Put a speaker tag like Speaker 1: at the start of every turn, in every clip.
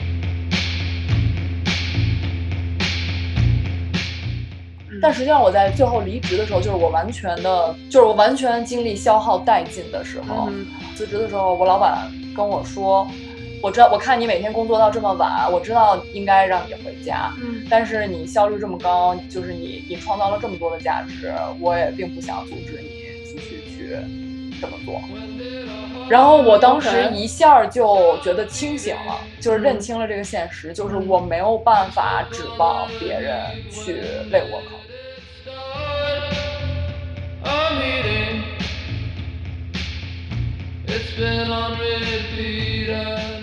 Speaker 1: 嗯
Speaker 2: 但实际上我在最后离职的时候，就是我完全的，就是我完全精力消耗殆尽的时候。
Speaker 1: 嗯
Speaker 2: 辞职的时候，我老板跟我说，我知道，我看你每天工作到这么晚，我知道应该让你回家，
Speaker 1: 嗯
Speaker 2: 但是你效率这么高，就是你你创造了这么多的价值，我也并不想阻止你继续去这么做。然后我当时
Speaker 1: OK 嗯
Speaker 2: 一下就觉得清醒了，就是认清了这个现实，就是我没有办法指望别人去为我考虑。
Speaker 3: I'm eating. It's been on repeat. I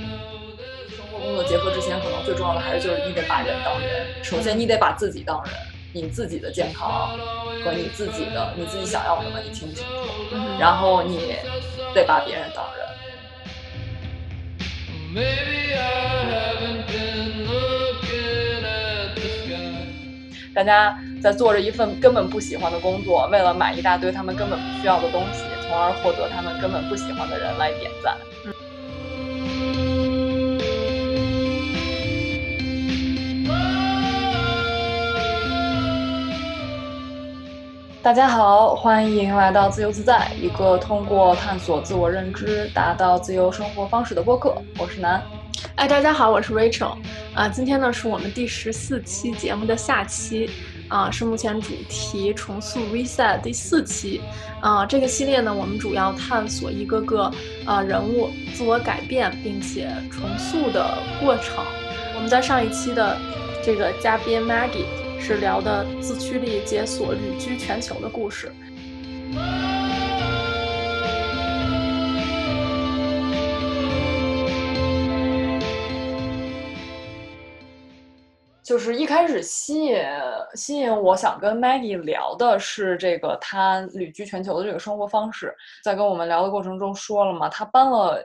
Speaker 3: know there's
Speaker 2: 生活工作结合之前，可能最重要的还是就是你得把人当人。首先，你得把自己当人，你自己的健康和你自己的你自己想要什么，你清不清楚？
Speaker 1: 嗯
Speaker 2: 然后你得把别人当人。
Speaker 3: maybe I haven't been looking at the sky.
Speaker 2: 大家在做着一份根本不喜欢的工作，为了买一大堆他们根本不需要的东西，从而获得他们根本不喜欢的人来点赞。大家好，欢迎来到自由自在，一个通过探索自我认知，达到自由生活方式的播客。我是南，
Speaker 1: 哎，大家好，我是 Rachel，啊，今天呢是我们第十四期节目的下期，啊，是目前主题重塑 reset 第四期，啊，这个系列呢，我们主要探索一个个啊人物自我改变并且重塑的过程。我们在上一期的这个嘉宾 Maggie 是聊的自驱力解锁旅居全球的故事，
Speaker 2: 就是一开始吸引吸引我想跟 Maggie 聊的是这个她旅居全球的这个生活方式，在跟我们聊的过程中说了嘛，她搬了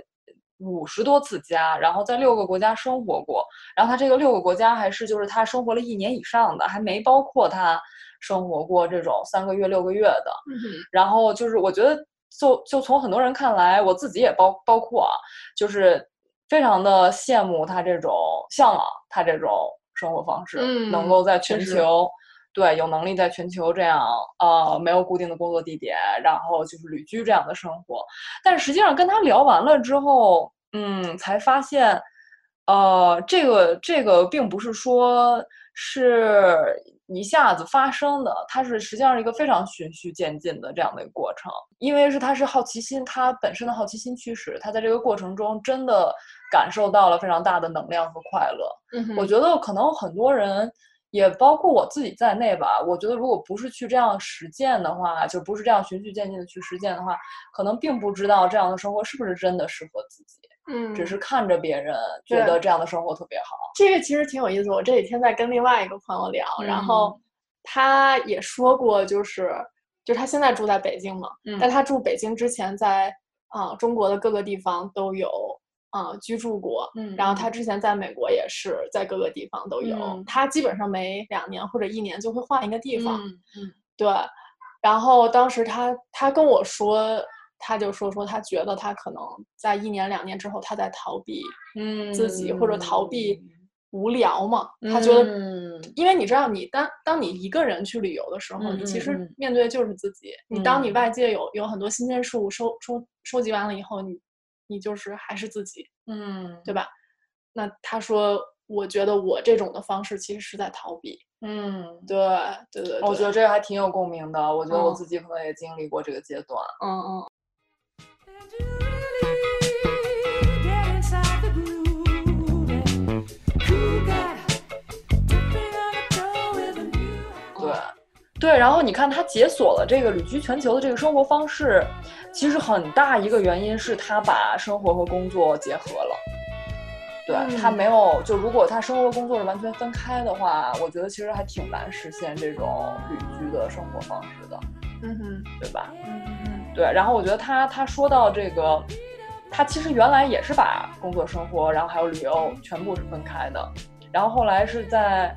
Speaker 2: 五十多次家，然后在六个国家生活过，然后她这个六个国家还是就是她生活了一年以上的，还没包括她生活过这种三个月六个月的，
Speaker 1: 嗯
Speaker 2: 然后就是我觉得就就从很多人看来，我自己也包包括啊，就是非常的羡慕他这种向往他这种生活方式，能
Speaker 1: 嗯
Speaker 2: 够在
Speaker 1: 确
Speaker 2: 全
Speaker 1: 实
Speaker 2: 球。对，有能力在全球这样，呃，没有固定的工作地点，然后就是旅居这样的生活。但实际上跟他聊完了之后，嗯，才发现，呃，这个这个并不是说是一下子发生的，它是实际上是一个非常循序渐进的这样的一个过程。因为是他是好奇心，他本身的好奇心驱使，他在这个过程中真的感受到了非常大的能量和快乐。
Speaker 1: 嗯哼
Speaker 2: 我觉得可能很多人，也包括我自己在内吧。我觉得如果不是去这样实践的话，就不是这样循序渐进的去实践的话，可能并不知道这样的生活是不是真的适合自己，
Speaker 1: 嗯
Speaker 2: 只是看着别人觉
Speaker 1: 对
Speaker 2: 得这样的生活特别好。
Speaker 1: 这个其实挺有意思。我这几天在跟另外一个朋友聊，然
Speaker 2: 嗯
Speaker 1: 后他也说过，就是就是他现在住在北京嘛，
Speaker 2: 嗯
Speaker 1: 但他住北京之前在啊、呃中国的各个地方都有啊、呃居住过。
Speaker 2: 嗯
Speaker 1: 然后他之前在美国也是在各个地方都有，
Speaker 2: 嗯
Speaker 1: 他基本上每两年或者一年就会换一个地方。
Speaker 2: 嗯嗯
Speaker 1: 对，然后当时他他跟我说，他就说说他觉得他可能在一年两年之后，他在逃避
Speaker 2: 嗯
Speaker 1: 自己或者逃避无聊嘛。他觉得，
Speaker 2: 嗯
Speaker 1: 因为你知道你，当当你一个人去旅游的时候，
Speaker 2: 嗯
Speaker 1: 你其
Speaker 2: 嗯
Speaker 1: 实
Speaker 2: 嗯
Speaker 1: 面对就是自己。你当你
Speaker 2: 嗯
Speaker 1: 外界有有很多新鲜事物收收收集完了以后，你你就是还是自己，
Speaker 2: 嗯
Speaker 1: 对吧？那他说，我觉得我这种的方式其实是在逃避。
Speaker 2: 嗯，
Speaker 1: 对对对，
Speaker 2: 我觉
Speaker 1: 对
Speaker 2: 得这个还挺有共鸣的。我觉得我
Speaker 1: 嗯
Speaker 2: 自己可能也经历过这个阶段。
Speaker 1: 嗯嗯。
Speaker 4: And you really get inside the groove and you got dipping on the toe with a new
Speaker 2: 对，对，然后你看他解锁了这个旅居全球的这个生活方式，其实很大一个原因是他把生活和工作结合了。对他
Speaker 1: 嗯
Speaker 2: 没有，就如果他生活和工作是完全分开的话，我觉得其实还挺难实现这种旅居的生活方式的，
Speaker 1: 嗯哼，
Speaker 2: 对吧？
Speaker 1: 嗯哼，
Speaker 2: 对，然后我觉得他他说到这个，他其实原来也是把工作、生活，然后还有旅游全部是分开的，然后后来是在，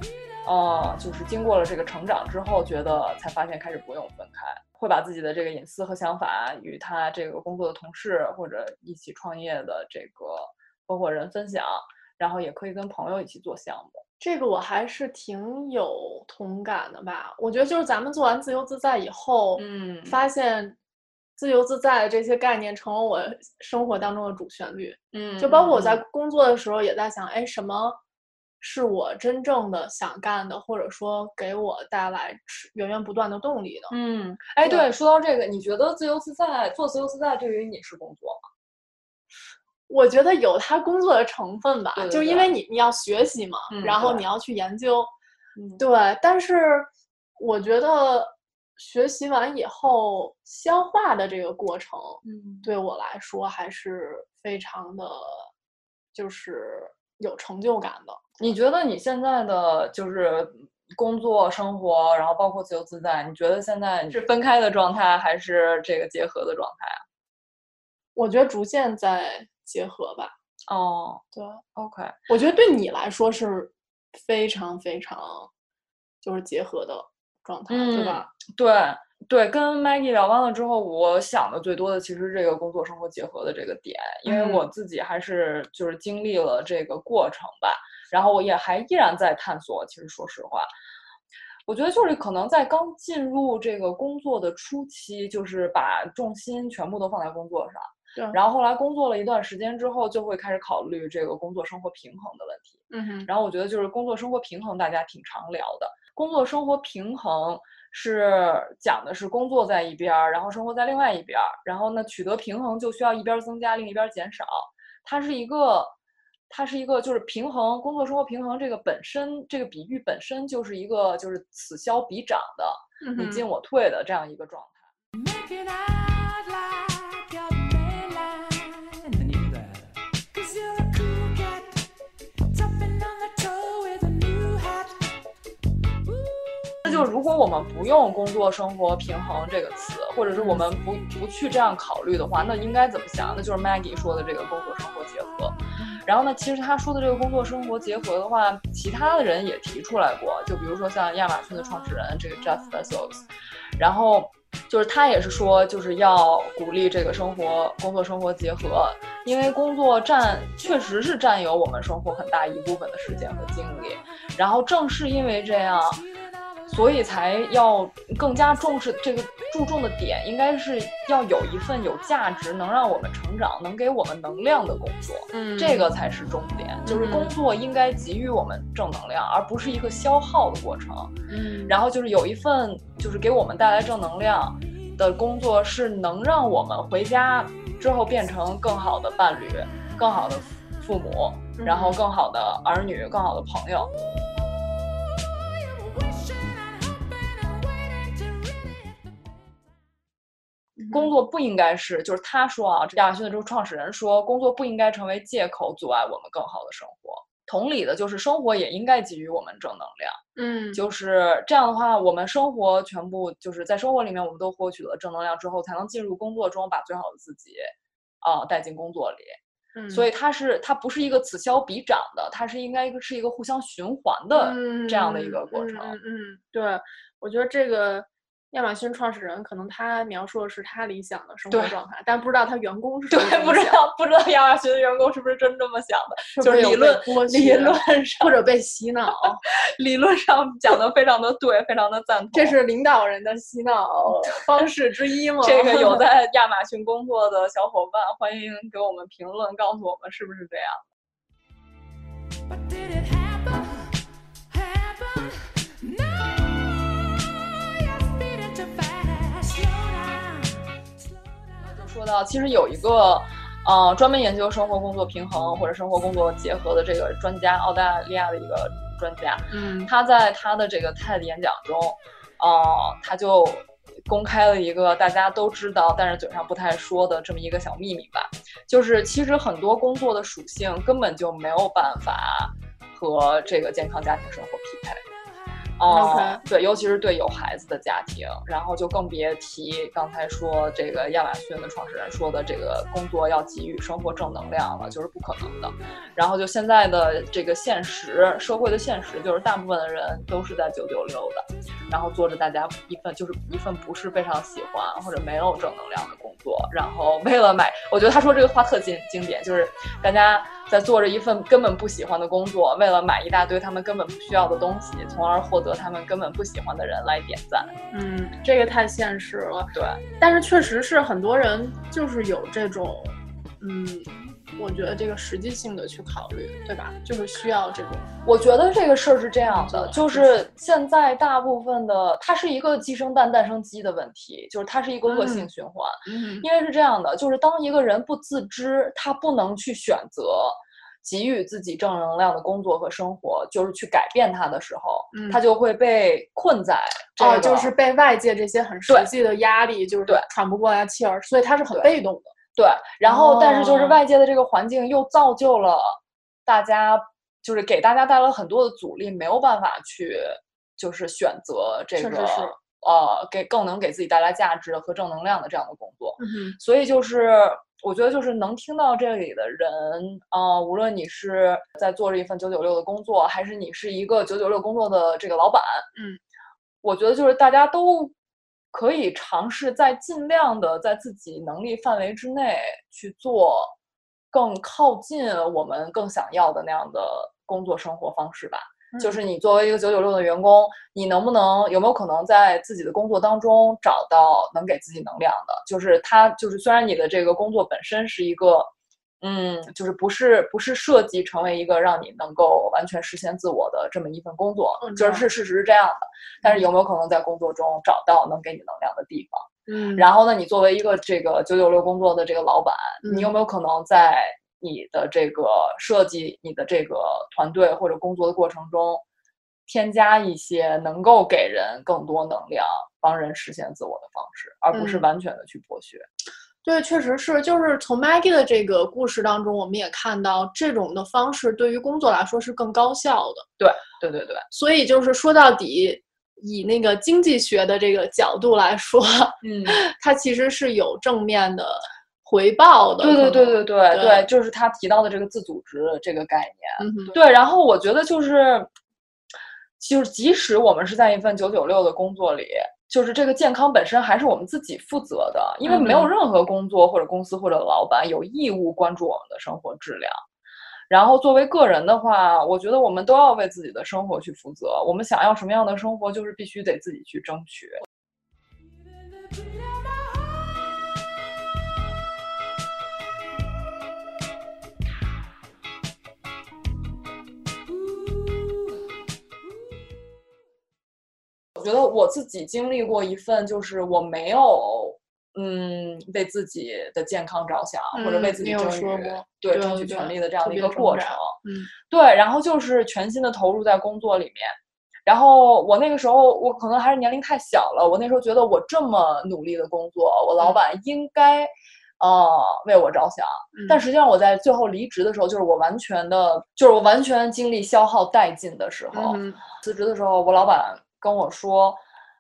Speaker 2: 呃，就是经过了这个成长之后，觉得才发现开始不用分开，会把自己的这个隐私和想法与他这个工作的同事或者一起创业的这个合伙人分享，然后也可以跟朋友一起做项目。
Speaker 1: 这个我还是挺有同感的吧。我觉得就是咱们做完自由自在以后，
Speaker 2: 嗯
Speaker 1: 发现自由自在这些概念成了我生活当中的主旋律。
Speaker 2: 嗯，
Speaker 1: 就包括我
Speaker 2: 嗯
Speaker 1: 在工作的时候也在想，哎，什么是我真正的想干的，或者说给我带来持源源不断的动力的？
Speaker 2: 嗯，哎，
Speaker 1: 对
Speaker 2: 对，说到这个，你觉得自由自在做自由自在对于你是工作吗？
Speaker 1: 我觉得有他工作的成分吧，
Speaker 2: 对对
Speaker 1: 就是因
Speaker 2: 对
Speaker 1: 为你你要学习嘛，
Speaker 2: 嗯
Speaker 1: 然后
Speaker 2: 对
Speaker 1: 你要去研究，
Speaker 2: 嗯，
Speaker 1: 对。但是我觉得学习完以后消化的这个过程，
Speaker 2: 嗯，
Speaker 1: 对我来说还是非常的，就是有成就感的。
Speaker 2: 你觉得你现在的就是工作生活，然后包括自由自在，你觉得现在是分开的状态还是这个结合的状态
Speaker 1: 我觉得逐渐在结合吧，
Speaker 2: 啊？哦
Speaker 1: 对。
Speaker 2: ，OK，
Speaker 1: 我觉得对你来说是非常非常就是结合的状态，对
Speaker 2: 嗯
Speaker 1: 吧？
Speaker 2: 对对，跟 Maggie 聊完了之后，我想的最多的其实这个工作生活结合的这个点，因为我自己还是就是经历了这个过程吧，然后我也还依然在探索。其实说实话，我觉得就是可能在刚进入这个工作的初期，就是把重心全部都放在工作上，
Speaker 1: 对，
Speaker 2: 然后后来工作了一段时间之后，就会开始考虑这个工作生活平衡的问题。
Speaker 1: 嗯哼，
Speaker 2: 然后我觉得就是工作生活平衡，大家挺常聊的。工作生活平衡是讲的是工作在一边儿，然后生活在另外一边儿，然后呢取得平衡就需要一边儿增加，另一边儿减少。它是一个，它是一个就是平衡工作生活平衡这个本身这个比喻本身就是一个就是此消彼长的，
Speaker 1: 嗯
Speaker 2: 你
Speaker 1: 哼
Speaker 2: 进我退的这样一个状态。
Speaker 4: Make it out like you're mainline. I need that. Cause you're a cool cat. Tapping on the toe with a new hat. Ooh.
Speaker 2: 那就如果我们不用“工作生活平衡”这个词，或者是我们不不去这样考虑的话，那应该怎么想？那就是 Maggie 说的这个工作生活结合。然后呢，其实他说的这个工作生活结合的话，其他的人也提出来过，就比如说像亚马逊的创始人这个 Jeff Bezos，然后就是他也是说，就是要鼓励这个生活工作生活结合，因为工作占确实是占有我们生活很大一部分的时间和精力，然后正是因为这样，所以才要更加重视这个注重的点，应该是要有一份有价值、能让我们成长、能给我们能量的工作。
Speaker 1: 嗯
Speaker 2: 这个才是重点，就是工作应该给予我们正能量，而不是一个消耗的过程。
Speaker 1: 嗯
Speaker 2: 然后就是有一份就是给我们带来正能量的工作，是能让我们回家之后变成更好的伴侣、更好的父母，然后更好的儿女、更好的朋友。
Speaker 1: 嗯
Speaker 2: 工作不应该是，就是他说啊，亚马逊的这个创始人说，工作不应该成为借口阻碍我们更好的生活。同理的，就是生活也应该给予我们正能量。
Speaker 1: 嗯
Speaker 2: 就是这样的话，我们生活全部就是在生活里面，我们都获取了正能量之后，才能进入工作中，把最好的自己啊、带进工作里。
Speaker 1: 嗯
Speaker 2: 所以它是它不是一个此消彼长的，它是应该一个是一个互相循环的。这样的一个过程
Speaker 1: 嗯嗯嗯，对，我觉得这个亚马逊创始人可能他描述的是他理想的生活
Speaker 2: 对
Speaker 1: 状态，但不知道他员工是什
Speaker 2: 对
Speaker 1: 么样，
Speaker 2: 不知
Speaker 1: 想
Speaker 2: 道不知道亚马逊的员工是不是真这么想的，
Speaker 1: 是不
Speaker 2: 就是
Speaker 1: 有
Speaker 2: 理
Speaker 1: 被
Speaker 2: 论
Speaker 1: 剥
Speaker 2: 理
Speaker 1: 削
Speaker 2: 论上
Speaker 1: 或者被洗 脑，
Speaker 2: 理论上讲的非常的对，非常的赞同。
Speaker 1: 这是领导人的洗脑方式之一吗？
Speaker 2: 这个 有在亚马逊工作的小伙伴，欢迎给我们评论，告诉我们是不是这样。
Speaker 4: But did it happen? Happen? No, you're speeding too fast. Slow down, slow down.
Speaker 2: 就说到，其实有一个呃专门研究生活工作平衡或者生活工作结合的这个专家，澳大利亚的一个专家，
Speaker 1: 嗯
Speaker 2: 他在他的这个 TED 演讲中，呃，他就公开了一个大家都知道，但是嘴上不太说的这么一个小秘密吧，就是其实很多工作的属性根本就没有办法和这个健康家庭生活匹配。哦、对，尤其是对有孩子的家庭，然后就更别提刚才说这个亚马逊的创始人说的这个工作要给予生活正能量了，就是不可能的。然后就现在的这个现实，社会的现实就是大部分的人都是在九九六的，然后做着大家一份就是一份不是非常喜欢或者没有正能量的工作，然后为了买，我觉得他说这个话特经经典，就是大家。在做着一份根本不喜欢的工作，为了买一大堆他们根本不需要的东西，从而获得他们根本不喜欢的人来点赞。
Speaker 1: 嗯，这个太现实了。
Speaker 2: 对，
Speaker 1: 但是确实是很多人就是有这种，嗯，我觉得这个实际性的去考虑，对吧？就是需要这种，
Speaker 2: 我觉得这个事儿是这样的，
Speaker 1: 嗯
Speaker 2: 就是现在大部分的，它是一个鸡生蛋，蛋生鸡的问题，就是它是一个恶性
Speaker 1: 嗯
Speaker 2: 循环。
Speaker 1: 嗯
Speaker 2: 因为是这样的，就是当一个人不自知，他不能去选择给予自己正能量的工作和生活，就是去改变他的时候，
Speaker 1: 嗯
Speaker 2: 他就会被困在这个、
Speaker 1: 哦，就是被外界这些很实际的压力，就是
Speaker 2: 对
Speaker 1: 喘不过来气儿，所以他是很
Speaker 2: 对
Speaker 1: 被动的。
Speaker 2: 对，然后但是就
Speaker 1: 哦
Speaker 2: 是外界的这个环境又造就了大家，就是给大家带来很多的阻力，没有办法去就是选择这
Speaker 1: 确
Speaker 2: 个
Speaker 1: 实是
Speaker 2: 呃给更能给自己带来价值和正能量的这样的工作。
Speaker 1: 嗯哼，
Speaker 2: 所以就是我觉得就是能听到这里的人，啊、无论你是在做着一份九九六的工作，还是你是一个九九六工作的这个老板，
Speaker 1: 嗯，
Speaker 2: 我觉得就是大家都可以尝试在尽量的在自己能力范围之内去做更靠近我们更想要的那样的工作生活方式吧。就
Speaker 1: 嗯
Speaker 2: 是你作为一个九九六的员工，你能不能有没有可能在自己的工作当中找到能给自己能量的？就是它就是虽然你的这个工作本身是一个，嗯，就是不是不是设计成为一个让你能够完全实现自我的这么一份工作
Speaker 1: 嗯，
Speaker 2: 就是是事实是这样的。但是
Speaker 1: 嗯
Speaker 2: 有没有可能在工作中找到能给你能量的地方？
Speaker 1: 嗯
Speaker 2: 然后呢，你作为一个这个九九六工作的这个老板，
Speaker 1: 嗯
Speaker 2: 你有没有可能在你的这个设计、你的这个团队或者工作的过程中，添加一些能够给人更多能量、帮人实现自我的方式，而不是
Speaker 1: 嗯
Speaker 2: 完全的去剥削？
Speaker 1: 对，确实是，就是从 Maggie 的这个故事当中，我们也看到这种的方式对于工作来说是更高效的。
Speaker 2: 对对对，
Speaker 1: 所以就是说到底，以那个经济学的这个角度来说，
Speaker 2: 嗯，
Speaker 1: 它其实是有正面的回报的。
Speaker 2: 对对对
Speaker 1: 可能
Speaker 2: 对对
Speaker 1: 对
Speaker 2: 对，就是他提到的这个自组织这个概念。
Speaker 1: 嗯哼，
Speaker 2: 对，然后我觉得就是，就是即使我们是在一份九九六的工作里，就是这个健康本身还是我们自己负责的，因为没有
Speaker 1: 嗯
Speaker 2: 任何工作或者公司或者老板有义务关注我们的生活质量。然后作为个人的话，我觉得我们都要为自己的生活去负责。我们想要什么样的生活，就是必须得自己去争取。我觉得我自己经历过一份，就是我没有。嗯，为自己的健康着想，或者为
Speaker 1: 嗯
Speaker 2: 自
Speaker 1: 你
Speaker 2: 己
Speaker 1: 有
Speaker 2: 争取
Speaker 1: 说过
Speaker 2: 对
Speaker 1: 对
Speaker 2: 争取
Speaker 1: 对
Speaker 2: 权利的这
Speaker 1: 特
Speaker 2: 样的一
Speaker 1: 别
Speaker 2: 个
Speaker 1: 挣
Speaker 2: 过
Speaker 1: 扎
Speaker 2: 程。
Speaker 1: 嗯
Speaker 2: 对，然后就是全心的投入在工作里面。然后我那个时候，我可能还是年龄太小了，我那时候觉得我这么努力的工作，我老
Speaker 1: 嗯
Speaker 2: 板应该，呃，为我着想。
Speaker 1: 嗯
Speaker 2: 但实际上我在最后离职的时候，就是我完全的，就是我完全精力消耗殆尽的时候，
Speaker 1: 嗯哼
Speaker 2: 辞职的时候，我老板跟我说。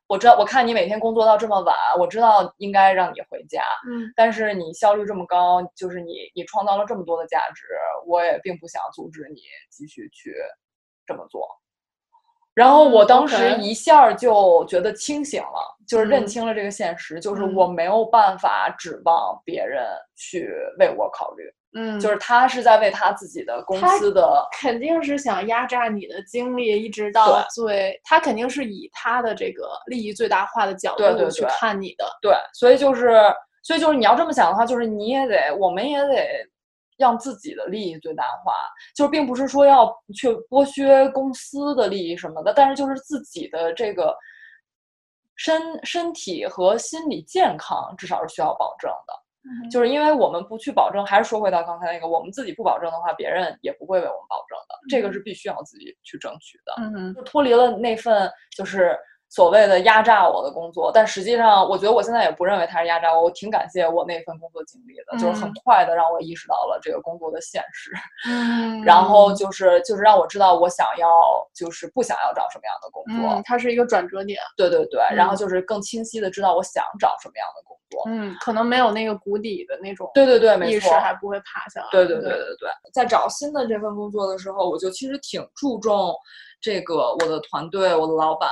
Speaker 2: 我知道，我看你每天工作到这么晚，我知道应该让你回家，
Speaker 1: 嗯
Speaker 2: 但是你效率这么高，就是你你创造了这么多的价值，我也并不想阻止你继续去这么做。然后我
Speaker 1: 嗯
Speaker 2: 当
Speaker 1: ，OK
Speaker 2: 时一下儿就觉得清醒了，就是认
Speaker 1: 嗯
Speaker 2: 清了这个现实，就是
Speaker 1: 嗯
Speaker 2: 我没有办法指望别人去为我考虑，
Speaker 1: 嗯，
Speaker 2: 就是他是在为他自己的公
Speaker 1: 他
Speaker 2: 司的，
Speaker 1: 肯定是想压榨你的精力，一直到最，他肯定是以他的这个利益最大化的角
Speaker 2: 对对
Speaker 1: 度去
Speaker 2: 对
Speaker 1: 看你的。
Speaker 2: 对，所以就是，所以就是你要这么想的话，就是你也得，我们也得让自己的利益最大化，就是并不是说要去剥削公司的利益什么的，但是就是自己的这个身身体和心理健康至少是需要保证的。
Speaker 1: 就
Speaker 2: 就是因为我们不去保证，还是说回到刚才那个，我们自己不保证的话，别人也不会为我们保证的，这个是必须要自己去争取的。
Speaker 1: 嗯哼，
Speaker 2: 就脱离了那份就是所谓的压榨我的工作，但实际上，我觉得我现在也不认为它是压榨我，我挺感谢我那份工作经历的，就是很
Speaker 1: 嗯
Speaker 2: 快的让我意识到了这个工作的现实，
Speaker 1: 嗯
Speaker 2: 然后就是就是让我知道我想要就是不想要找什么样的工作，
Speaker 1: 嗯，它是一个转折点。
Speaker 2: 对对对，然后
Speaker 1: 嗯
Speaker 2: 就是更清晰的知道我想找什么样的工作，
Speaker 1: 嗯，可能没有那个谷底的那种
Speaker 2: 对对对，没
Speaker 1: 意识，
Speaker 2: 错，
Speaker 1: 还不会爬下来。
Speaker 2: 对对对对对，在找新的这份工作的时候，我就其实挺注重这个我的团队、我的老板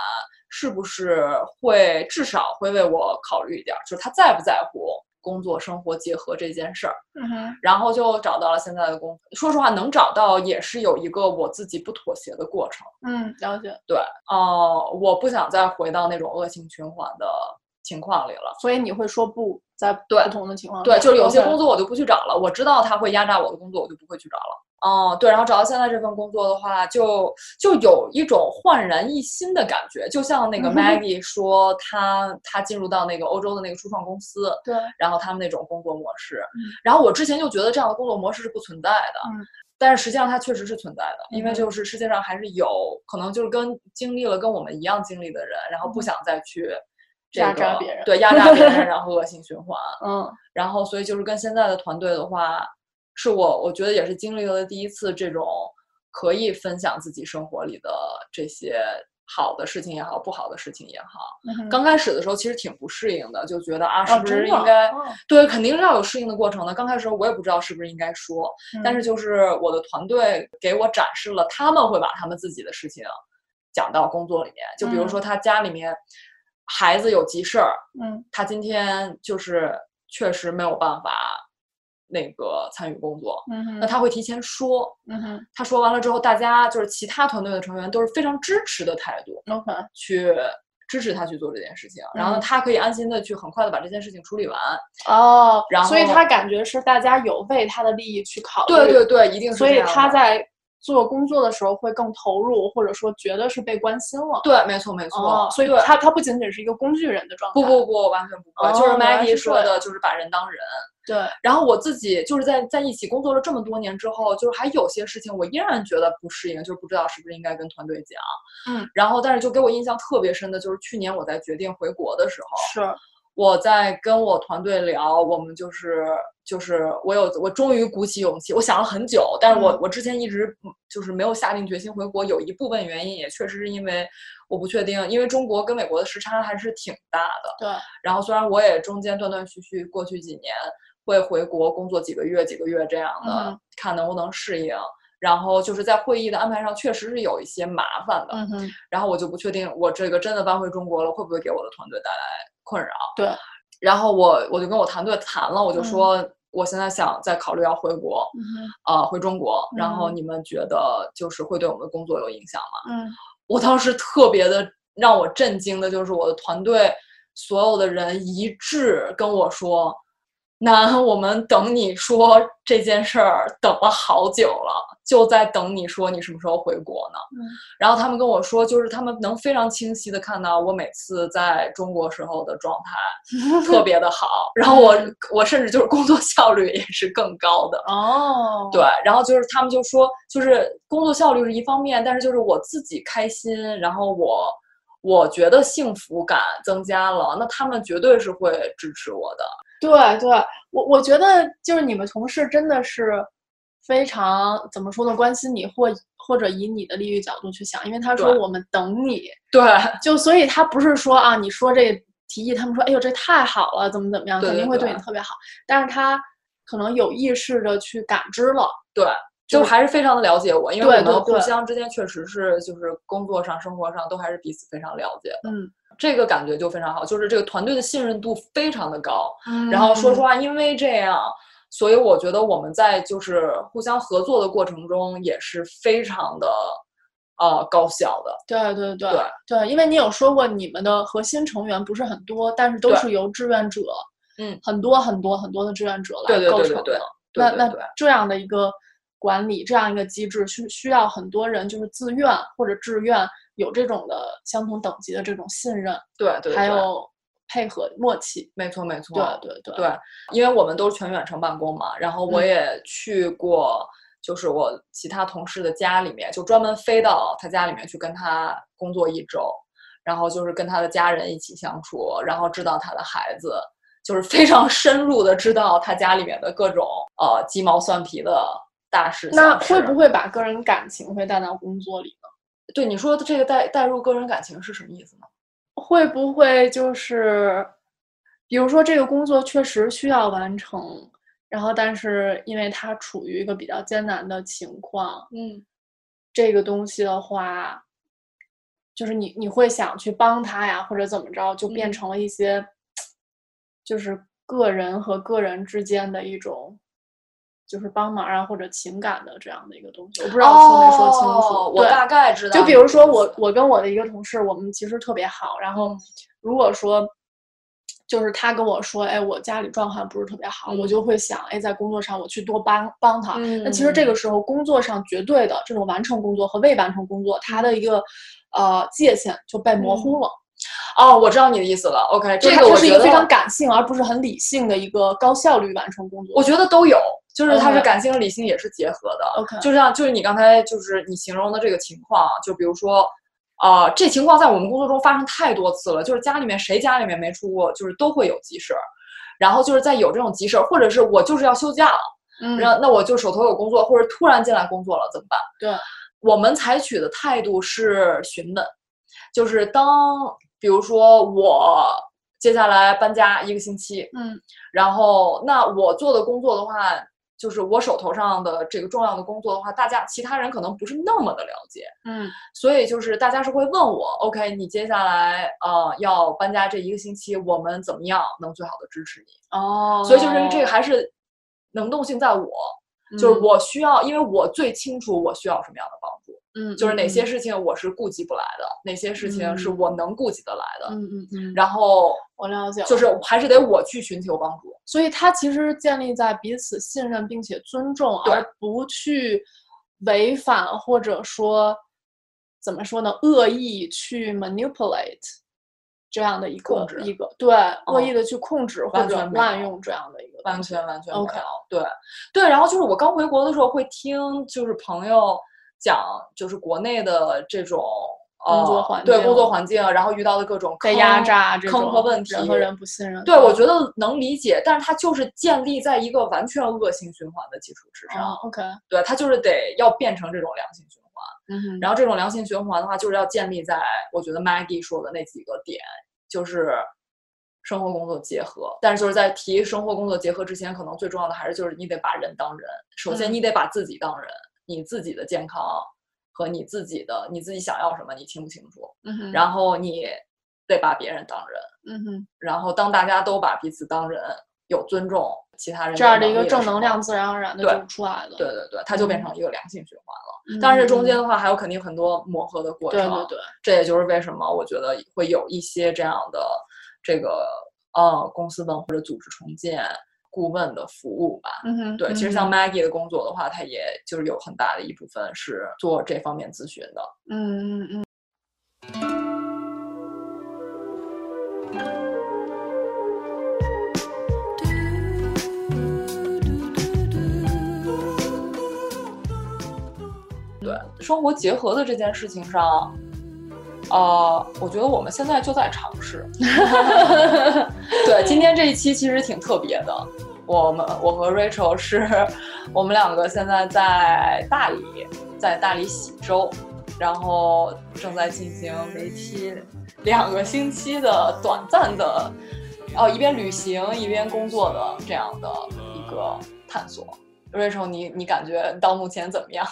Speaker 2: 是不是会至少会为我考虑一点儿，就是他在不在乎工作生活结合这件事儿，
Speaker 1: 嗯哼，
Speaker 2: 然后就找到了现在的工作。说实话，能找到也是有一个我自己不妥协的过程。
Speaker 1: 嗯，了解。
Speaker 2: 对，哦、我不想再回到那种恶性循环的情况里了。
Speaker 1: 所以你会说不，在
Speaker 2: 对
Speaker 1: 不同的情况
Speaker 2: 对，就是有些工
Speaker 1: 作，
Speaker 2: 作我就不去找了，我知道他会压榨我的工作，我就不会去找了。嗯，对，然后找到现在这份工作的话，就就有一种焕然一新的感觉，就像那个
Speaker 1: 嗯
Speaker 2: Maggie 说，她她进入到那个欧洲的那个初创公司，
Speaker 1: 对，
Speaker 2: 然后他们那种工作模式，然后我之前就觉得这样的工作模式是不存在的，
Speaker 1: 嗯
Speaker 2: 但是实际上它确实是存在的，因为
Speaker 1: 嗯
Speaker 2: 就是世界上还是有可能就是跟经历了跟我们一样经历的人，然后不
Speaker 1: 嗯
Speaker 2: 想再去、这个、
Speaker 1: 压榨别人
Speaker 2: 对压榨别 人，然后恶性循环，
Speaker 1: 嗯
Speaker 2: 然后所以就是跟现在的团队的话，是我我觉得也是经历了第一次这种可以分享自己生活里的这些好的事情也好，不好的事情也好。
Speaker 1: 嗯哼，
Speaker 2: 刚开始的时候其实挺不适应的，就觉得啊，
Speaker 1: 啊
Speaker 2: 是不是
Speaker 1: 真的
Speaker 2: 应该、
Speaker 1: 哦
Speaker 2: 对，肯定是要有适应的过程的。刚开始我也不知道是不是应该说，
Speaker 1: 嗯
Speaker 2: 但是就是我的团队给我展示了他们会把他们自己的事情讲到工作里面，就比如
Speaker 1: 嗯
Speaker 2: 说他家里面孩子有急事儿，
Speaker 1: 嗯
Speaker 2: 他今天就是确实没有办法那个参与工作，
Speaker 1: 嗯哼
Speaker 2: 那他会提前说，
Speaker 1: 嗯哼
Speaker 2: 他说完了之后，大家就是其他团队的成员都是非常支持的态度
Speaker 1: ，OK，
Speaker 2: 去。支持他去做这件事情，然后
Speaker 1: 嗯
Speaker 2: 他可以安心的去很快的把这件事情处理完。
Speaker 1: 哦，
Speaker 2: 然
Speaker 1: 所以
Speaker 2: 后
Speaker 1: 他感觉是大家有为他的利益去考虑，
Speaker 2: 对对对，一定是
Speaker 1: 所
Speaker 2: 这
Speaker 1: 以
Speaker 2: 样
Speaker 1: 他
Speaker 2: 的
Speaker 1: 在做工作的时候会更投入，或者说觉得是被关心了。
Speaker 2: 对，没错没错。
Speaker 1: 哦，所以
Speaker 2: 对
Speaker 1: 他他不仅仅是一个工具人的状态。
Speaker 2: 不不不，完全不会，就是
Speaker 1: 哦原来
Speaker 2: Maggie
Speaker 1: 是
Speaker 2: 说
Speaker 1: 这
Speaker 2: 的，
Speaker 1: 样
Speaker 2: 就是把人当人。
Speaker 1: 对，
Speaker 2: 然后我自己就是在在一起工作了这么多年之后，就是还有些事情我依然觉得不适应，就是不知道是不是应该跟团队讲。
Speaker 1: 嗯，
Speaker 2: 然后但是就给我印象特别深的就是去年我在决定回国的时候，
Speaker 1: 是，
Speaker 2: 我在跟我团队聊，我们就是就是我有我终于鼓起勇气，我想了很久，但是我、
Speaker 1: 嗯
Speaker 2: 我之前一直嗯就是没有下定决心回国，有一部分原因也确实是因为我不确定，因为中国跟美国的时差还是挺大的。
Speaker 1: 对，
Speaker 2: 然后虽然我也中间断断续续过去几年会回国工作几个月几个月这样的，
Speaker 1: 嗯哼
Speaker 2: 看能不能适应。然后就是在会议的安排上，确实是有一些麻烦的。
Speaker 1: 嗯哼，
Speaker 2: 然后我就不确定，我这个真的搬回中国了，会不会给我的团队带来困扰？
Speaker 1: 对。
Speaker 2: 然后我我就跟我团队谈了，我就说、我现在想再考虑要回国，
Speaker 1: 嗯哼，
Speaker 2: 呃，回中国。然后
Speaker 1: 嗯
Speaker 2: 你们觉得就是会对我们的工作有影响吗？
Speaker 1: 嗯
Speaker 2: 我当时特别的让我震惊的就是我的团队所有的人一致跟我说：“楠，我们等你说这件事儿等了好久了，就在等你说你什么时候回国呢。”
Speaker 1: 嗯
Speaker 2: 然后他们跟我说，就是他们能非常清晰的看到我每次在中国时候的状态特别的好，然后我
Speaker 1: 嗯
Speaker 2: 我甚至就是工作效率也是更高的。
Speaker 1: 哦，
Speaker 2: 对，然后就是他们就说，就是工作效率是一方面，但是就是我自己开心，然后我我觉得幸福感增加了，那他们绝对是会支持我的。
Speaker 1: 对对，我我觉得就是你们同事真的是非常怎么说呢，关心你或或者以你的利益角度去想，因为他说
Speaker 2: 对
Speaker 1: 我们等你，
Speaker 2: 对，
Speaker 1: 就所以他不是说啊，你说这提议，他们说哎呦这太好了，怎么怎么样，
Speaker 2: 对
Speaker 1: 肯
Speaker 2: 对
Speaker 1: 定会
Speaker 2: 对
Speaker 1: 对你特别好，但是他可能有意识的去感知了，
Speaker 2: 对，
Speaker 1: 就
Speaker 2: 就是还是非常的了解我，因为
Speaker 1: 对
Speaker 2: 我
Speaker 1: 对
Speaker 2: 们互
Speaker 1: 对
Speaker 2: 相之间确实是就是工作上、生活上都还是彼此非常了解的，
Speaker 1: 嗯，
Speaker 2: 这个感觉就非常好，就是这个团队的信任度非常的高。
Speaker 1: 嗯
Speaker 2: 然后说实话，因为这样，所以我觉得我们在就是互相合作的过程中也是非常的呃高效的。
Speaker 1: 对对对
Speaker 2: 对
Speaker 1: 对，因为你有说过你们的核心成员不是很多，但是都
Speaker 2: 对
Speaker 1: 是由志愿者，
Speaker 2: 嗯，
Speaker 1: 很多很多很多的志愿者
Speaker 2: 对
Speaker 1: 来
Speaker 2: 对
Speaker 1: 构
Speaker 2: 对
Speaker 1: 成
Speaker 2: 对
Speaker 1: 的。
Speaker 2: 对对
Speaker 1: 那
Speaker 2: 对
Speaker 1: 那
Speaker 2: 对，
Speaker 1: 这样的一个管理，这样一个机制，需需要很多人就是自愿或者志愿有这种的相同等级的这种信任，
Speaker 2: 对对，
Speaker 1: 还
Speaker 2: 对
Speaker 1: 有配合默契。
Speaker 2: 没错没错，
Speaker 1: 对对对
Speaker 2: 对，因为我们都是全远程办公嘛，然后我
Speaker 1: 嗯
Speaker 2: 也去过，就是我其他同事的家里面，就专门飞到他家里面去跟他工作一周，然后就是跟他的家人一起相处，然后知道他的孩子，就是非常深入的知道他家里面的各种呃鸡毛蒜皮的大事小事。
Speaker 1: 那会不会把个人感情会带到工作里呢？
Speaker 2: 对你说的这个带带入个人感情是什么意思呢？
Speaker 1: 会不会就是，比如说这个工作确实需要完成，然后但是因为它处于一个比较艰难的情况，
Speaker 2: 嗯，
Speaker 1: 这个东西的话，就是你你会想去帮他呀，或者怎么着，就变
Speaker 2: 嗯
Speaker 1: 成了一些，就是个人和个人之间的一种，就是帮忙啊或者情感的这样的一个东西。我不知道说没说清楚，
Speaker 2: 哦我
Speaker 1: 对
Speaker 2: 大概知道。
Speaker 1: 就比如说我，我跟我的一个同事，我们其实特别好。然后如果说就是他跟我说，哎，我家里状况不是特别好，我
Speaker 2: 嗯
Speaker 1: 就会想，哎，在工作上我去多帮帮他。
Speaker 2: 嗯，
Speaker 1: 那其实这个时候，工作上绝对的这种完成工作和未完成工作，它的一个呃界限就被模糊了。
Speaker 2: 哦，我知道你的意思了。OK，
Speaker 1: 就
Speaker 2: 这
Speaker 1: 它
Speaker 2: 个
Speaker 1: 它
Speaker 2: 我
Speaker 1: 是一
Speaker 2: 觉
Speaker 1: 个
Speaker 2: 得
Speaker 1: 非常感性而不是很理性的一个高效率完成工作。
Speaker 2: 我觉得都有，就是它是
Speaker 1: OK
Speaker 2: 感性和理性也是结合的。
Speaker 1: OK
Speaker 2: 就像就是你刚才就是你形容的这个情况，就比如说，啊、这情况在我们工作中发生太多次了，就是家里面谁家里面没出过，就是都会有急事儿。然后就是在有这种急事儿，或者是我就是要休假了，
Speaker 1: 嗯
Speaker 2: 那、那我就手头有工作，或者突然进来工作了怎么办？
Speaker 1: 对，
Speaker 2: 我们采取的态度是询问，就是当比如说我接下来搬家一个星期，
Speaker 1: 嗯，
Speaker 2: 然后那我做的工作的话，就是我手头上的这个重要的工作的话，大家其他人可能不是那么的了解，
Speaker 1: 嗯
Speaker 2: 所以就是大家是会问我，OK，你接下来呃要搬家这一个星期，我们怎么样能最好的支持你？
Speaker 1: 哦
Speaker 2: 所以就是这个还是能动性在我，就是我需要，因为我最清楚我需要什么样的帮助，
Speaker 1: 嗯
Speaker 2: 就是哪些事情我是顾及不来的，哪些事情是
Speaker 1: 嗯
Speaker 2: 我能顾及得来的，
Speaker 1: 嗯嗯嗯，
Speaker 2: 然后
Speaker 1: 我了解了
Speaker 2: 就是还是得我去寻求帮助。
Speaker 1: 所以它其实建立在彼此信任并且尊重，
Speaker 2: 对
Speaker 1: 而不去违反或者说怎么说呢，恶意去 manipulate 这样的一个
Speaker 2: 控制哦
Speaker 1: 一个对、恶意的去控制或
Speaker 2: 完
Speaker 1: 者
Speaker 2: 全没
Speaker 1: 滥
Speaker 2: 有
Speaker 1: 用这样的一个
Speaker 2: 完全完全没有
Speaker 1: OK
Speaker 2: 对对。然后就是我刚回国的时候会听，就是朋友讲，就是国内的这种呃
Speaker 1: 工作环
Speaker 2: 对
Speaker 1: 境
Speaker 2: 工作环境，然后遇到的各种
Speaker 1: 被压
Speaker 2: 坑
Speaker 1: 榨嗯这
Speaker 2: 坑
Speaker 1: 种
Speaker 2: 和问
Speaker 1: 人
Speaker 2: 题
Speaker 1: 和人不信任。
Speaker 2: 对，我觉得能理解，但是它就是建立在一个完全恶性循环的基础之上。
Speaker 1: 啊、o k
Speaker 2: 对，它就是得要变成这种良性循环。
Speaker 1: 嗯哼，
Speaker 2: 然后这种良性循环的话，就是要建立在我觉得 Maggie 说的那几个点，就是生活工作结合。但是就是在提生活工作结合之前，可能最重要的还是就是你得把人当人。首先，
Speaker 1: 嗯
Speaker 2: 你得把自己当人，你自己的健康和你自己的你自己想要什么，你清不清楚？
Speaker 1: 嗯哼，
Speaker 2: 然后你得把别人当人。
Speaker 1: 嗯哼，
Speaker 2: 然后当大家都把彼此当人，有尊重其他人
Speaker 1: 这样的
Speaker 2: 的
Speaker 1: 一个
Speaker 2: 能力
Speaker 1: 正
Speaker 2: 时
Speaker 1: 能
Speaker 2: 候
Speaker 1: 量，自然而然的
Speaker 2: 对
Speaker 1: 就出来了。
Speaker 2: 对对对，它就变
Speaker 1: 嗯
Speaker 2: 成一个良性循环了。
Speaker 1: 嗯，
Speaker 2: 但是中间
Speaker 1: 嗯
Speaker 2: 的话，还有肯定很多磨合的过程。
Speaker 1: 对对对，
Speaker 2: 这也就是为什么我觉得会有一些这样的这个呃公司文化或者组织重建顾问的服务吧。
Speaker 1: 嗯哼，
Speaker 2: 对，其实
Speaker 1: 嗯
Speaker 2: 像
Speaker 1: 哼
Speaker 2: Maggie 的工作的话，它也就是有很大的一部分是做这方面咨询的。
Speaker 1: 嗯嗯嗯。
Speaker 2: 对，生活结合的这件事情上，呃，我觉得我们现在就在尝试。对，今天这一期其实挺特别的，我们我和 Rachel 是，我们两个现在在大理，在大理喜洲，然后正在进行为期两个星期的短暂的，哦，一边旅行一边工作的这样的一个探索。Rachel，你你感觉到目前怎么样？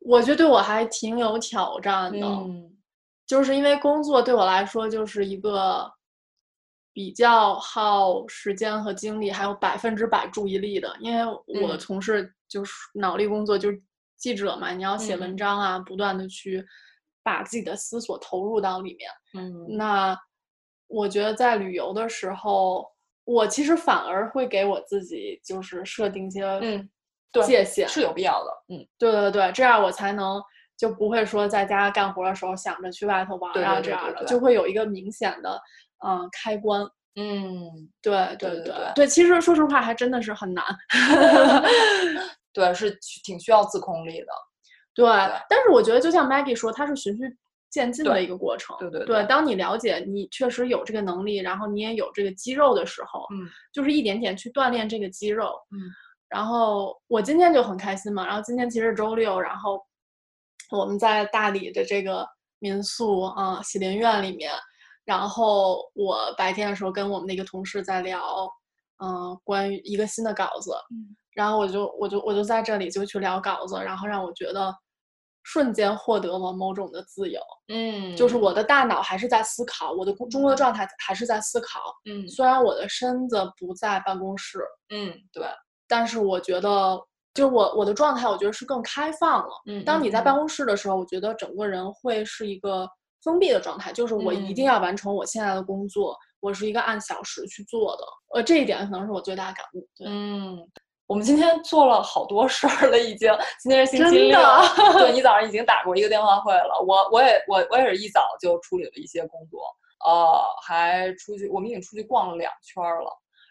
Speaker 1: 我觉得对我还挺有挑战的，
Speaker 2: 嗯
Speaker 1: 就是因为工作对我来说就是一个比较耗时间和精力，还有百分之百注意力的。因为我
Speaker 2: 嗯
Speaker 1: 从事就是脑力工作，就是记者嘛，你要写
Speaker 2: 嗯
Speaker 1: 文章啊，不断的去把自己的思索投入到里面。
Speaker 2: 嗯
Speaker 1: 那我觉得在旅游的时候，我其实反而会给我自己就是设定一些
Speaker 2: 嗯，对
Speaker 1: 界限，
Speaker 2: 是有必要的。嗯，
Speaker 1: 对对对，这样我才能就不会说在家干活的时候想着去外头玩儿
Speaker 2: 对
Speaker 1: 啊
Speaker 2: 对
Speaker 1: 这
Speaker 2: 对
Speaker 1: 样
Speaker 2: 对
Speaker 1: 的，
Speaker 2: 对
Speaker 1: 就会有一个明显的嗯、呃开关。
Speaker 2: 嗯，
Speaker 1: 对
Speaker 2: 对
Speaker 1: 对
Speaker 2: 对对
Speaker 1: 对，其实说实话还真的是很难。
Speaker 2: 对，是需挺需要自控力的。
Speaker 1: 对，但是我觉得就像 Maggie 说，它是循序渐进的
Speaker 2: 对
Speaker 1: 一个过程。
Speaker 2: 对对
Speaker 1: 对
Speaker 2: 对
Speaker 1: 当你了解你确实有这个能力，然后你也有这个肌肉的时候，
Speaker 2: 嗯
Speaker 1: 就是一点点去锻炼这个肌肉。
Speaker 2: 嗯，
Speaker 1: 然后我今天就很开心嘛，然后今天其实周六，然后我们在大理的这个民宿啊、呃喜林苑里面，然后我白天的时候跟我们的一个同事在聊，嗯、关于一个新的稿子，然后我就我就我就在这里就去聊稿子，然后让我觉得瞬间获得了某种的自由，
Speaker 2: 嗯
Speaker 1: 就是我的大脑还是在思考，我的工工作状态还是在思考。
Speaker 2: 嗯
Speaker 1: 虽然我的身子不在办公室，
Speaker 2: 嗯，对，
Speaker 1: 但是我觉得，就是我我的状态，我觉得是更开放了。
Speaker 2: 嗯
Speaker 1: 当你在办
Speaker 2: 公
Speaker 1: 公室的时候，我觉得整个人会是一个封闭的状态，就是我一定
Speaker 2: 嗯
Speaker 1: 要完成我现在的工作，我是一个按小时去做的。呃，这一点可能是我最大的感悟。对，
Speaker 2: 嗯。我们今天做了好多事儿了，已经。今天是星期
Speaker 1: 真
Speaker 2: 六
Speaker 1: 的，
Speaker 2: 对你早上已经打过一个电话会了。我我也我我也是一早就处理了一些工作，呃，还出去，我们已经出去逛了两圈儿了。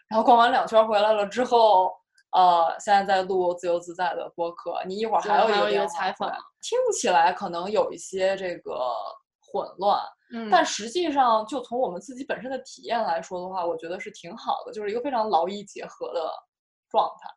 Speaker 2: 然后逛完两圈儿回来了之后，呃，现在在录自由自在的播客。你一会儿
Speaker 1: 对
Speaker 2: 还有
Speaker 1: 还
Speaker 2: 一
Speaker 1: 有
Speaker 2: 个
Speaker 1: 一个
Speaker 2: 电话
Speaker 1: 采
Speaker 2: 会
Speaker 1: 访，
Speaker 2: 听起来可能有一些这个混乱，
Speaker 1: 嗯
Speaker 2: 但实际上，就从我们自己本身的体验来说的话，我觉得是挺好的，就是一个非常劳逸结合的状态。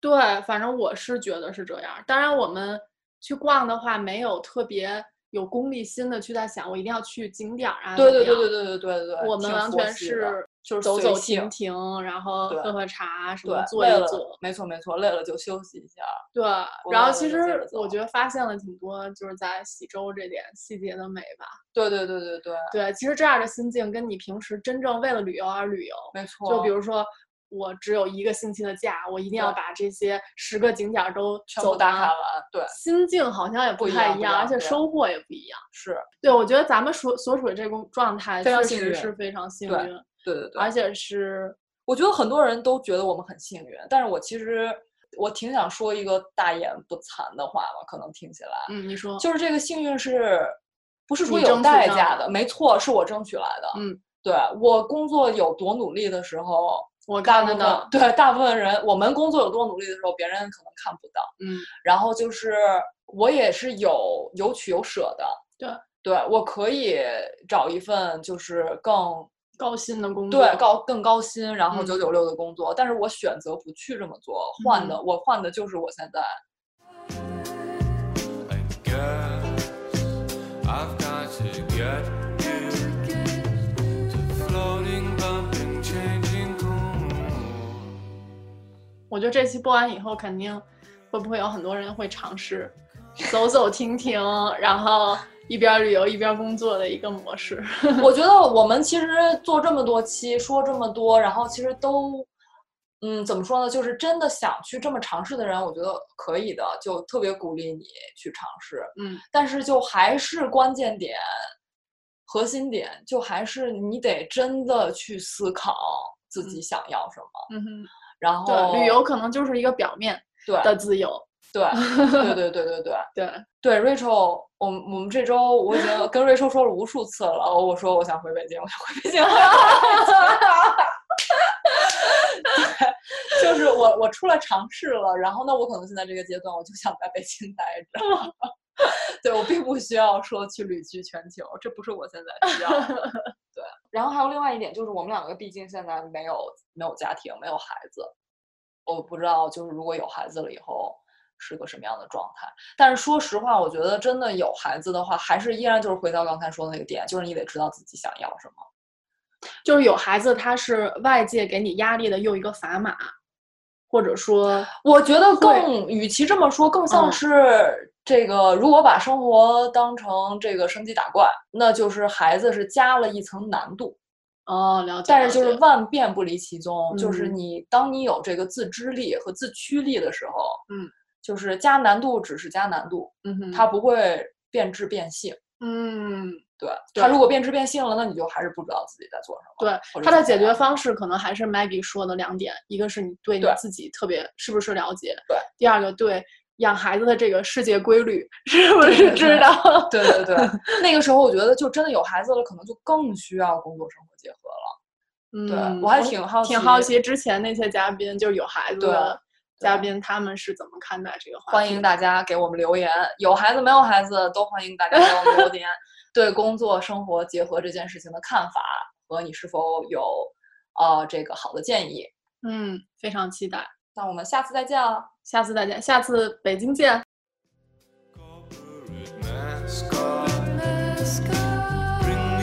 Speaker 1: 对，反正我是觉得是这样。当然，我们去逛的话，没有特别有功利心的去在想，我一定要去景点儿啊。
Speaker 2: 对
Speaker 1: 怎
Speaker 2: 对
Speaker 1: 么
Speaker 2: 对对
Speaker 1: 样
Speaker 2: 对对对对，
Speaker 1: 我们
Speaker 2: 挺
Speaker 1: 完
Speaker 2: 佛
Speaker 1: 全
Speaker 2: 系的
Speaker 1: 是
Speaker 2: 就是
Speaker 1: 走
Speaker 2: 随
Speaker 1: 走
Speaker 2: 性
Speaker 1: 停停，然后
Speaker 2: 对
Speaker 1: 喝喝茶，什
Speaker 2: 对
Speaker 1: 么，坐
Speaker 2: 累
Speaker 1: 一
Speaker 2: 了
Speaker 1: 坐。
Speaker 2: 没错没错，累了就休息一下。
Speaker 1: 对，
Speaker 2: 不
Speaker 1: 然后
Speaker 2: 累
Speaker 1: 其
Speaker 2: 了就接
Speaker 1: 实
Speaker 2: 着
Speaker 1: 我
Speaker 2: 走
Speaker 1: 觉得发现了挺多，就是在喜洲这点细节的美吧。
Speaker 2: 对对对对对，
Speaker 1: 对，其实这样的心境跟你平时真正为了旅游而旅游，
Speaker 2: 没错。
Speaker 1: 就比如说。我只有一个星期的假，我一定要
Speaker 2: 对
Speaker 1: 把这些十个景点儿都
Speaker 2: 全
Speaker 1: 走
Speaker 2: 部打
Speaker 1: 完
Speaker 2: 卡完，对，
Speaker 1: 心境好像也
Speaker 2: 不一
Speaker 1: 太
Speaker 2: 样不
Speaker 1: 一
Speaker 2: 一
Speaker 1: 样，而
Speaker 2: 样
Speaker 1: 且
Speaker 2: 对
Speaker 1: 收获也不一样。
Speaker 2: 是，
Speaker 1: 对，我觉得咱们所所处的这种状态
Speaker 2: 非常
Speaker 1: 确
Speaker 2: 幸
Speaker 1: 实
Speaker 2: 运
Speaker 1: 是非常幸
Speaker 2: 对
Speaker 1: 运，
Speaker 2: 对对对。
Speaker 1: 而且是
Speaker 2: 我觉得很多人都觉得我们很幸运，但是我其实我挺想说一个大言不惭的话吧，可能听起来，
Speaker 1: 嗯，你说
Speaker 2: 就是这个幸运是，不是说
Speaker 1: 你争
Speaker 2: 有
Speaker 1: 取
Speaker 2: 代
Speaker 1: 上
Speaker 2: 价
Speaker 1: 的
Speaker 2: 的？没错，是我争取来的。
Speaker 1: 嗯，
Speaker 2: 对我工作有多努力的时候，
Speaker 1: 我
Speaker 2: 大
Speaker 1: 看
Speaker 2: 部分
Speaker 1: 得到，
Speaker 2: 对大部分人，我们工作有多努力的时候，别人可能看不到。
Speaker 1: 嗯，
Speaker 2: 然后就是我也是有有取有舍的。
Speaker 1: 对，
Speaker 2: 对我可以找一份就是更
Speaker 1: 高薪的工作，
Speaker 2: 对高更高薪，然后
Speaker 1: 嗯
Speaker 2: 九九六的工作，但是我选择不去这么做，换
Speaker 1: 嗯
Speaker 2: 的、我换的就是我现在。
Speaker 5: I guess I've got to get used to floating, bumping, changing cool.
Speaker 1: 我觉得这期播完以后，肯定会不会有很多人会尝试走走停停，然后一边旅游一边工作的一个模式。
Speaker 2: 我觉得我们其实做这么多期，说这么多，然后其实都，嗯，怎么说呢？就是真的想去这么尝试的人，我觉得可以的，就特别鼓励你去尝试。
Speaker 1: 嗯，
Speaker 2: 但是就还是关键点、核心点，就还是你得真的去思考自己想要什么。
Speaker 1: 嗯哼，
Speaker 2: 然后
Speaker 1: 对，旅游可能就是一个表面
Speaker 2: 对
Speaker 1: 的自由，
Speaker 2: 对对对对对对
Speaker 1: 对，
Speaker 2: 对，Rachel，我们我们这周我已经跟 Rachel 说了无数次了，哦我说我想回北京，我想回北京。对，就是我我出来尝试了，然后呢，我可能现在这个阶段，我就想在北京待着。 对我并不需要说去旅居全球，这不是我现在需要的。对，然后还有另外一点就是，我们两个毕竟现在没有没有家庭，没有孩子，我不知道就是如果有孩子了以后是个什么样的状态。但是说实话，我觉得真的有孩子的话，还是依然就是回到刚才说的那个点，就是你得知道自己想要什么。
Speaker 1: 就是有孩子，他是外界给你压力的又一个砝码，或者说，
Speaker 2: 我觉得
Speaker 1: 会
Speaker 2: 更，与其这么说，更像
Speaker 1: 嗯
Speaker 2: 是这个，如果把生活当成这个升级打怪，那就是孩子是加了一层难度，
Speaker 1: 哦，了解，
Speaker 2: 但是就
Speaker 1: 了
Speaker 2: 是
Speaker 1: 解
Speaker 2: 万变不离其宗，就是
Speaker 1: 嗯
Speaker 2: 你当你有这个自知力和自驱力的时候，
Speaker 1: 嗯，
Speaker 2: 就是加难度只是加难度，
Speaker 1: 嗯哼，
Speaker 2: 它不会变质变性。
Speaker 1: 嗯，
Speaker 2: 对，
Speaker 1: 对
Speaker 2: 它如果变质变性了，那你就还是不知道自己在做什么。
Speaker 1: 对
Speaker 2: 或者
Speaker 1: 它
Speaker 2: 怎么
Speaker 1: 的解决
Speaker 2: 样
Speaker 1: 方式可能还是 Maggie 说的两点，一个是你对你
Speaker 2: 对
Speaker 1: 自己特别是不是了解，
Speaker 2: 对，
Speaker 1: 第二个对养孩子的这个世界规律是不是知道，
Speaker 2: 对对对，那个时候我觉得就真的有孩子了，可能就更需要工作生活结合了。
Speaker 1: 嗯，
Speaker 2: 对我还挺好
Speaker 1: 挺
Speaker 2: 奇
Speaker 1: 好奇之前那些嘉宾就是有孩子
Speaker 2: 对
Speaker 1: 的嘉
Speaker 2: 对
Speaker 1: 宾他们是怎么看待这个话题，
Speaker 2: 欢迎大家给我们留言，有孩子没有孩子都欢迎大家给我们留言，对工作生活结合这件事情的看法和你是否有呃这个好的建议。
Speaker 1: 嗯，非常期待，
Speaker 2: 那我们下次再见啊了。
Speaker 1: 下次再见，下次北京见。
Speaker 5: Corporate mascot. Bring